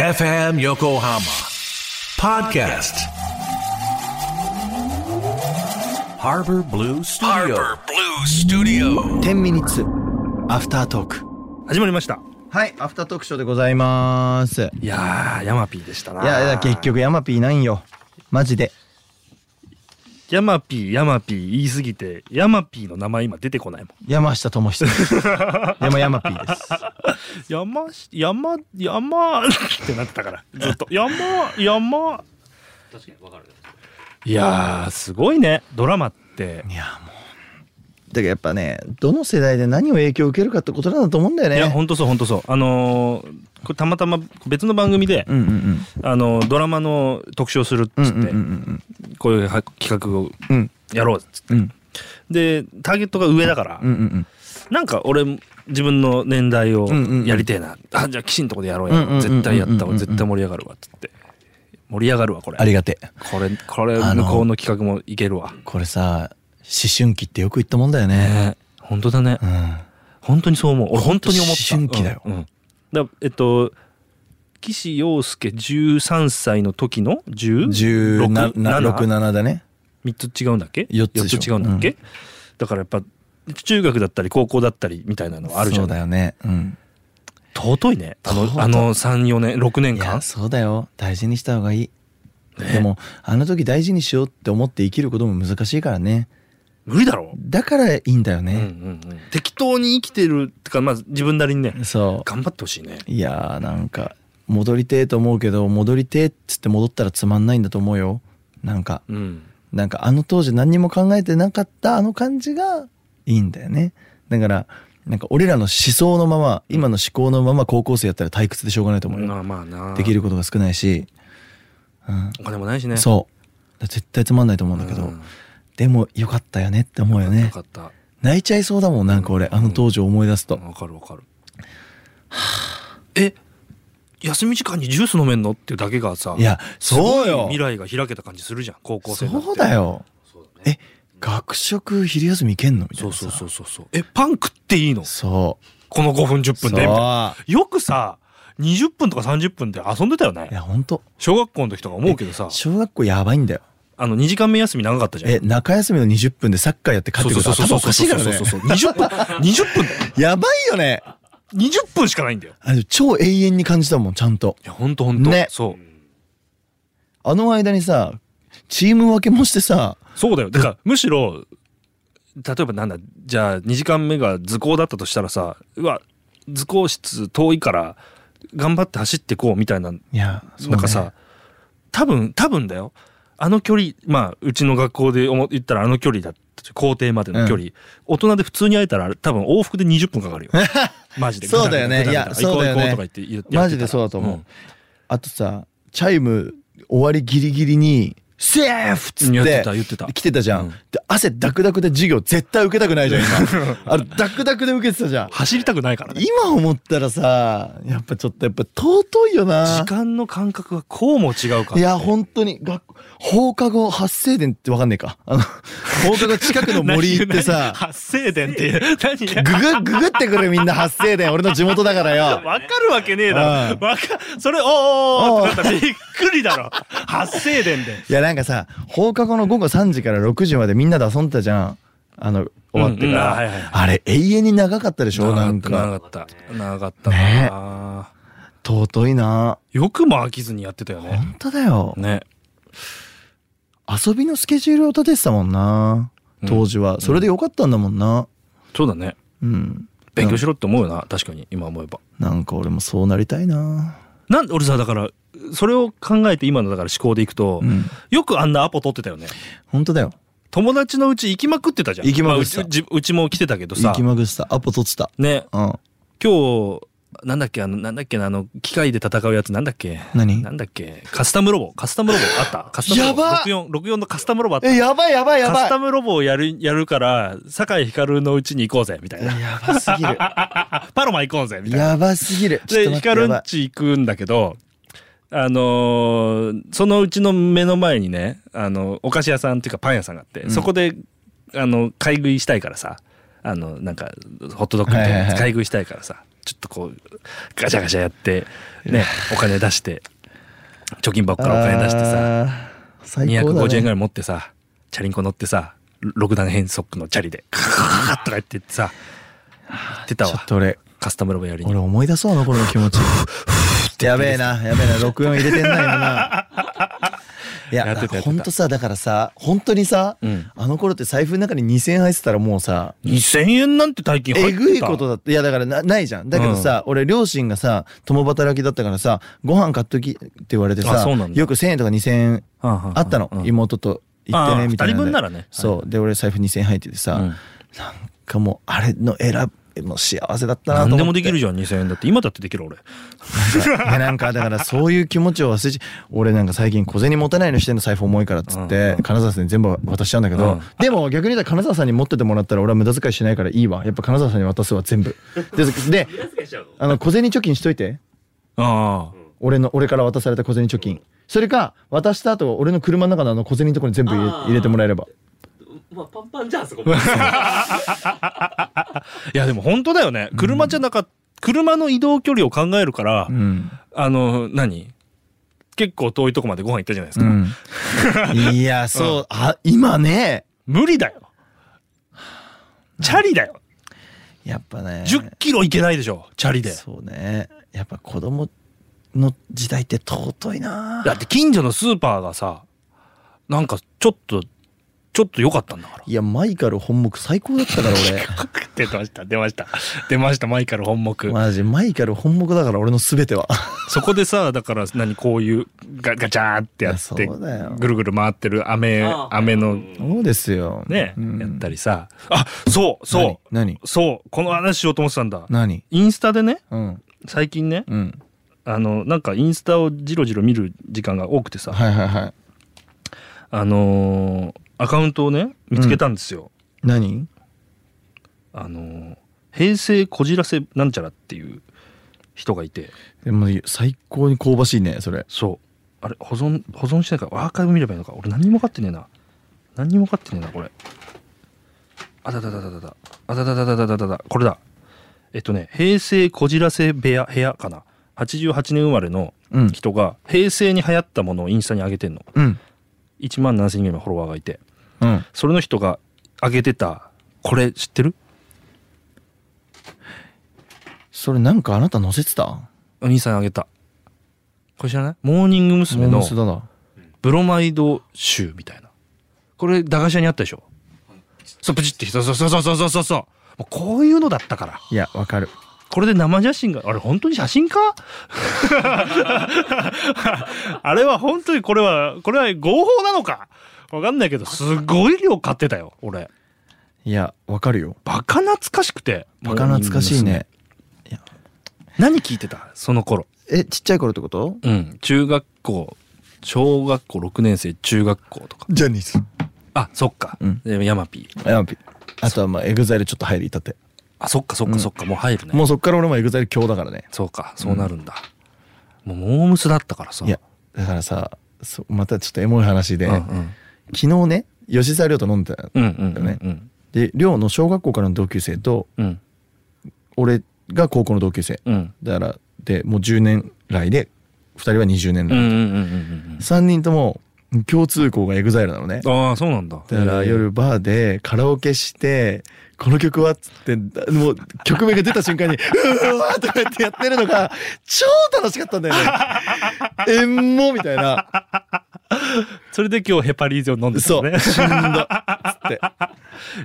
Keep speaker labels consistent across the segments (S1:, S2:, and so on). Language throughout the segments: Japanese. S1: FM Yokohama Podcast Harbor Blue Studio
S2: Harbor Blue Studio
S3: 10ミニッツアフタートーク
S4: 始まりました
S3: はいアフタートークショーでございますい
S4: いやーヤマピーでしたな
S3: やいや結局ヤマピーないんよマジで
S4: ヤマピーヤマピー言い過ぎてヤマピーの名前今出てこないもん
S3: 山下智 久です山ヤマピーです
S4: 山し山山ってなってたからずっと山山確かにわかるいやーすごいねドラマって
S3: いやもうだからやっぱねどの世代で何を影響を受けるかってことなんだと思うんだよね
S4: いやほんとそうほんとそうあのーこれたまたま別の番組で、
S3: うんうんうん
S4: あのドラマの特集をするっつって、
S3: うんうんうん
S4: こういうは企画を
S3: うんうん
S4: やろうっつって
S3: うん
S4: でターゲットが上だから、
S3: うんうん
S4: なんか俺自分の年代を
S3: うんうんうん
S4: やりてえな、あじゃあ岸んとこでやろう
S3: う
S4: や、
S3: んうんうんうんうん
S4: 絶対やったわ絶対盛り上がるわっつって盛り上がるわこれ
S3: ありがてえ
S4: これこれ
S3: あの
S4: 向こうの企画もいけるわ
S3: これさ思春期ってよく言ったもんだよね
S4: ね本当だね
S3: うん
S4: 本当にそう思う俺本当に思った
S3: 思春期だよ
S4: うんうんだえっと岸洋介13歳の時の 16? 7
S3: 1667だね
S4: 3つ違うんだっけ
S3: 四つでしょ
S4: 四違うんだっけ、だからやっぱ中学だったり高校だったりみたいなのはあるじゃ
S3: そ
S4: ん
S3: うだよねうん
S4: 尊いねあ
S3: 尊い
S4: のあの34年6年
S3: いや
S4: 間
S3: そうだよ大事にした方がいい、でもあの時大事にしようって思って生きることも難しいからね
S4: 無理だろ、
S3: だからいいんだよ
S4: うんう
S3: ね、
S4: んうん、適当に生きてるってかまず自分なりにね
S3: そ
S4: 頑張ってほしいね
S3: ういやーなんか戻りてえと思うけど戻りてえっつって戻ったらつまんないんだと思うよなんか
S4: うん
S3: なんかあの当時何にも考えてなかったあの感じがいいんだよねだからなんか俺らの思想のまま今の思考のまま高校生やったら退屈でしょうがないと思うよ、
S4: まあまあな
S3: できることが少ないし、うん
S4: お金もないしね
S3: そう絶対つまんないと思うんだけど、
S4: うん
S3: でも良かったよねって思うよ
S4: よ
S3: ね
S4: かった
S3: 泣いちゃいそうだもんなんか俺あの当時を思い出すと
S4: わかるわかるえ休み時間にジュース飲めんのっていうだけがさ
S3: いやそうよ
S4: すごい未来が開けた感じするじゃん高校生って
S3: そうだよえ学食昼休み行けんのみたい
S4: そう
S3: なさ
S4: そうそうそうそうえパン食っていいの
S3: そ
S4: この5分10
S3: う
S4: 分でみたいな
S3: そう
S4: よくさ20分とか30分で遊んでたよね
S3: いや本当
S4: 小学校の時とか思うけどさ
S3: 小学校やばいんだよ
S4: あの2時間目休み長かったじゃん
S3: え中休みの20分でサッカーやって勝
S4: そう
S3: って
S4: そ
S3: く
S4: う
S3: る
S4: そうそう
S3: 頭
S4: そう
S3: おかしいからね
S4: そうそうそう20分20分だよ
S3: やばいよね
S4: 20分しかないんだよ
S3: あれ超永遠に感じたもんちゃんと
S4: いやほんとほんと
S3: ね
S4: そう
S3: あの間にさチーム分けもしてさ
S4: そうだよだからむしろ例えばなんだじゃあ2時間目が図工だったとしたらさうわ図工室遠いから頑張って走ってこうみたいない
S3: やそうね
S4: なん かさ多分多分だよあの距離まあうちの学校で思言ったらあの距離だったし校庭までの距離、大人で普通に会えたらあれ多分往復で20分か かるよマジで
S3: そうだよね
S4: ぐだぐだぐだ
S3: いやそ
S4: ぐだ
S3: うだよね
S4: 行こう行こうとか言って言って
S3: マジでそうだと思う、あとさチャイム終わりギリギリに「セーフ!」っつっ
S4: 言
S3: て
S4: ってた言ってた
S3: 来てたじゃん、
S4: うん
S3: で汗ダクダクで授業絶対受けたくないじゃん 今あれダクダクで受けてたじゃん
S4: 走りたくないからね
S3: 今思ったらさやっぱちょっとやっぱ尊いよな
S4: 時間の感覚がこうも違うから
S3: いや本当に学放課後発生伝ってわかんねえか あの放課後近くの森行ってさ
S4: 発生伝って いう何
S3: ググググってくれみんな発生伝俺の地元だからよ
S4: わかるわけねえだ
S3: うん
S4: ろわかそれおーおーおーってなったらびっくりだろ発生伝で
S3: いやなんかさ放課後の午後3時から6時までみんなで遊んでたじゃんあの終わってか
S4: うんうんあ
S3: ら、
S4: はいはいはい
S3: あれ永遠に長かったでしょなん
S4: 長
S3: か
S4: かった長かった
S3: ね
S4: な
S3: 尊いな
S4: よくも飽きずにやってたよね
S3: 本当だよ、
S4: ね
S3: 遊びのスケジュールを立ててたもんな
S4: うん
S3: 当時は、それでよかったんだもんな
S4: そうだね
S3: うん
S4: 勉強しろって思うよな確かに今思えば
S3: なんか俺もそうなりたいな
S4: なんで俺さだからそれを考えて今のだから思考でいくと、
S3: うん
S4: よくあんなアポ取ってたよね
S3: 本当だよ
S4: 友達のうち行きまくってたじゃん
S3: 行きまくってた
S4: あうちうちうちも来てたけど
S3: 行
S4: さ
S3: きまぐしたアポ取ってた
S4: ね
S3: うん
S4: 今日なんだっけあのなんだっけなあの機械で戦うやつなんだっけ
S3: 何
S4: なんだっけカスタムロボカスタムロボあったカスタムロボ
S3: やば
S4: 64 64のカスタムロボあった
S3: えやばいやばいや
S4: カ
S3: ば
S4: スタ
S3: い
S4: ムロボをやるやるから酒井光のうちに行こうぜみた いな
S3: やばすぎる
S4: パロマ行こうぜみたいな
S3: やばすぎるちょっと
S4: で
S3: 待ってや
S4: 光
S3: ば
S4: ん
S3: い
S4: ち行くんだけどあのーそのうちの目の前にねあのお菓子屋さんっていうかパン屋さんがあって、そこであの買い食いしたいからさあのなんかホットドッグみ
S3: は
S4: たいな
S3: いはい
S4: や
S3: は
S4: つ
S3: い
S4: 買い食いしたいからさちょっとこうガチャガチャやってねお金出して貯金箱からお金出してさ
S3: さ最高だ、ね、
S4: 250円ぐらい持ってさチャリンコ乗ってさ六段変速のチャリでカーッとか言ってってさ言ってた
S3: ちょ
S4: わ
S3: っと俺
S4: カスタムロボやりに
S3: 俺思い出そうあの頃の気持ち やべえなやべえな録音入れてんないよ ないや
S4: やってたやってた
S3: ほんとさだからさ本当にさ、
S4: うん
S3: あの頃って財布の中に2,000円入ってたらもうさ
S4: 2000円なんて大金入って
S3: えぐ
S4: た
S3: いことだっていやだからなないじゃんだけどさ、俺両親がさ共働きだったからさご飯買っときって言われて
S4: あ
S3: さ
S4: そうなんだ
S3: よく1,000円とか2,000円
S4: はあはあはあ
S3: あったの、
S4: うん
S3: 妹と行って
S4: ああ
S3: ねみたいなん
S4: 二
S3: で
S4: 人分ならね
S3: そう、で俺財布2,000円入っててさ、
S4: うん
S3: なんかもうあれの選ぶもう幸せだったなと思って
S4: 何でもできるじゃん2000円だって今だってできる俺
S3: いやなんかだからそういう気持ちを忘れち俺なんか最近小銭持たないようにしてんの財布重いからっつって、金沢さんに全部渡しちゃうんだけど、
S4: うん
S3: でも逆に言ったら金沢さんに持っててもらったら俺は無駄遣いしないからいいわやっぱ金沢さんに渡すわ全部でであの小銭貯金しといて
S4: あ
S3: 俺の俺から渡された小銭貯金それか渡した後俺の車の中のあの小銭のところに全部入れ入れてもらえれば
S5: まあ、パンパンじゃん、そこも。
S4: あいやでも本当だよね車じゃなかっ車の移動距離を考えるから、
S3: うん、
S4: あの何結構遠いとこまでご飯行ったじゃないですか、
S3: うん、いやそう、あ今ね
S4: 無理だよチャリだよ
S3: やっぱね
S4: 10キロ行けないでしょチャリで
S3: そうねやっぱ子供の時代って尊いな
S4: だって近所のスーパーがさなんかちょっとちょっと良かったんだから
S3: いやマイカル本目最高だったから
S4: 出ました出ました出ましたマイカル本目、
S3: 俺マジマイカル本目だから俺の全ては
S4: そこでさだから何こういうガガチャーってやっ
S3: い
S4: て
S3: やそうだよ
S4: ぐるぐる回ってる飴
S5: ああ
S4: 飴の
S3: そうですよ
S4: ね、
S3: うん
S4: やったりさあそうそ
S3: 何
S4: うそうこの話しようと思ってたんだ
S3: 何
S4: インスタでね
S3: 何
S4: 最近ね
S3: うんうん
S4: あのなんかインスタをじろじろ見る時間が多くてさ、
S3: はいはいはい
S4: あのーアカウントをね見つけたんですよ、
S3: 何
S4: あのー平成こじらせなんちゃらっていう人がいて
S3: でも最高に香ばしいねそれ
S4: そうあれ保存保存してないからアーカイブ見ればいいのか俺何にも分かってねえな何にも分かってねえなこれあだだだだだだあだだだだだだだだこれだえっとね平成こじらせ部屋部屋かな88年生まれの
S3: うん
S4: 人が平成に流行ったものをインスタに上げてんの
S3: うん
S4: 1万7000人ぐらいのフォロワーがいて
S3: うん
S4: それの人が上げてたこれ知ってる
S3: それなんかあなた載せてた
S4: お兄さんあげたこれ知らないモーニング娘。
S3: モ
S4: の
S3: ンスだな
S4: ブロマイドシューみたいなこれ駄菓子屋にあったでしょそうプチってそうそうそうそうそうそうそうもうこういうのだったから
S3: いやわかる
S4: これで生写真があれ本当に写真か あれは本当にこれはこれは合法なのかわかんないけどすごい量買ってたよ俺
S3: いやわかるよ
S4: バカ懐かしくて
S3: バカ懐かしいね
S4: 何聞いてたその頃
S3: えちっちゃい頃ってこと
S4: うん中学校小学校6年生中学校とか
S3: ジャニーズ
S4: あそっか、
S3: うん
S4: でヤマピー
S3: ヤンピあとはまあエグザイルちょっと入りたって
S4: あそっかそっかそっか、もう入るね
S3: もうそっから俺もエグザイル強だからね
S4: そうかそうなるんだ、もうモームスだったからさ
S3: いやだからさそまたちょっとエモい話で、
S4: うんうん
S3: 昨日ね吉沢亮と飲んでた
S4: うんうん
S3: だ
S4: う
S3: よね
S4: ん
S3: で亮の小学校からの同級生と
S4: うん
S3: 俺が高校の同級生
S4: うん
S3: だからでもう10年来で2人は20年
S4: うんうんう
S3: 来、
S4: んうん
S3: 三3人とも共通項がエグザイルなのね
S4: うんああそうなんだ
S3: だから夜バーでカラオケして「この曲は?」っつってもう曲名が出た瞬間に「うわ!」とかやってやってるのが超楽しかったんだよね。えんもみたいな。
S4: それで今日ヘパリーゼを飲んでた
S3: そ
S4: の
S3: う。
S4: ね
S3: しんどっつって。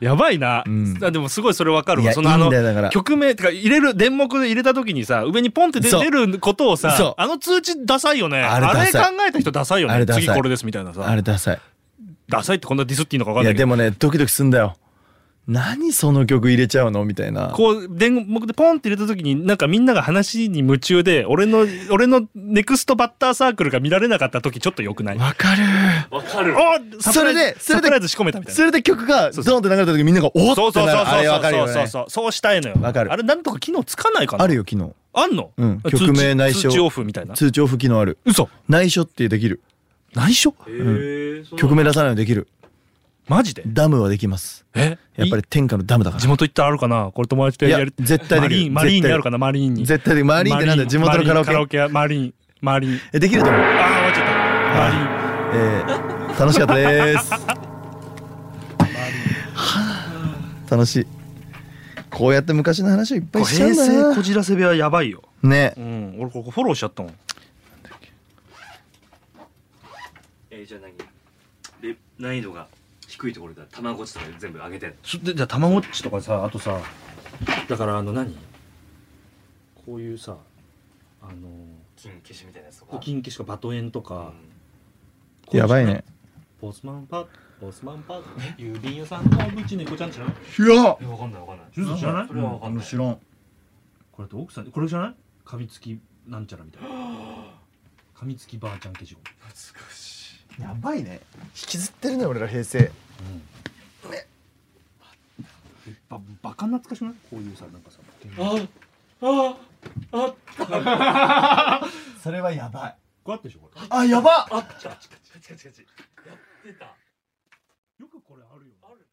S4: やばいな、
S3: ん
S4: あでもすごいそれわかる
S3: い
S4: わ
S3: や
S4: その
S3: い
S4: あ
S3: いん
S4: の
S3: だよだから
S4: 曲名てか入れる電目で入れた時にさ上にポンって出
S3: そう
S4: 出ることを
S3: そう
S4: さあの通知ダサいよね
S3: あ
S4: あ
S3: れ
S4: れ
S3: ダサい
S4: 考えた人ダサいよ
S3: あれ
S4: ね
S3: ダサい
S4: 次これですみたいな
S3: あ
S4: さ
S3: れダサい。
S4: ダサいってこんなディスっていいのかわか
S3: い
S4: んな
S3: や
S4: いけ
S3: で
S4: ど
S3: もねドキドキすんだよ。何その曲入れちゃうのみたいな。
S4: こう電目でポンって入れた時になんかみんなが話に夢中で俺の俺のネクストバッターサークルが見られなかった時ちょっとよくない
S3: わかる。
S5: わかる。
S4: おサプ
S3: それ
S4: ライズ
S3: でそれ
S4: サプライズ
S3: で
S4: 仕込めたみたい
S3: そ
S4: な
S3: れで曲がドンって流れた時みんながお
S4: そ
S3: っ
S4: う
S3: って
S4: そう
S3: な
S4: そ
S3: るあ
S4: う
S3: れ
S4: そ
S3: わ
S4: う
S3: かる
S4: そう
S3: よ
S4: そう
S3: ね。
S4: そうそうしたいのよ
S3: わかる
S4: あれなんとか機能つかないかな
S3: あるよ機能。
S4: あんの、
S3: うん
S4: 通知
S3: 曲名内緒
S4: 通知オフみたいな
S3: 通知オフ機能ある。
S4: 嘘
S3: 内緒ってできる。
S4: 内緒
S5: へえ。
S3: 曲名出さないのできる。
S4: マジで
S3: ダムはできます
S4: え
S3: やっぱり天下のダムだか
S4: 地元行ったらあるかなこれ友達と
S3: らい
S4: や
S3: や
S4: る
S3: 絶対
S4: マ
S3: でき
S4: リ
S3: る
S4: ンマリー
S3: 絶
S4: ン
S3: 対
S4: であるかなマリーンに
S3: 絶対できるマリーンってなんだ地元のカラオケ
S4: マリーンカラオケマリーンマリーン
S3: えできると思う
S4: ああ終わっちゃったマリーン
S3: えー楽しかったです。楽しい。こうやって昔の話をいっぱいしちゃう
S4: 平
S3: んだ
S4: 成こ
S3: な。
S4: じらせ部屋やばいよ
S3: ね
S4: う、ん俺ここフォローしちゃったもん
S5: えー、じゃあ何レ難易度が低いところだ卵ちとか全部上げて
S4: そでじゃあたまごっちとかさあとさだからあの何こういうさあの
S5: 金消しみたいなやつと
S4: コ
S5: か
S4: キン消しかバトエンと
S5: う
S4: か、
S5: ん
S4: こうう
S3: やばいね。
S4: ボスマンパッボスマンパッ郵便屋さんのうちの子ちゃん知らない
S3: いや
S5: え、わかんないわかんない
S4: 嘘知らない
S5: それはわかんない
S3: 知らん。
S4: これと奥さんこれじゃないカビ付きなんちゃらみたいなカミ付きばあちゃん消しゴム
S5: 懐かしい
S3: やばいね。引きずってるね、俺ら平成。
S4: ばバカ懐かしくないこういうさなんかさ
S5: ああああ
S3: それはやばい。
S4: こうやってでしょこれ
S3: あ、やば。
S5: あっちあっちあっちあっちあっちやってた
S4: よくこれあるよね
S5: あるね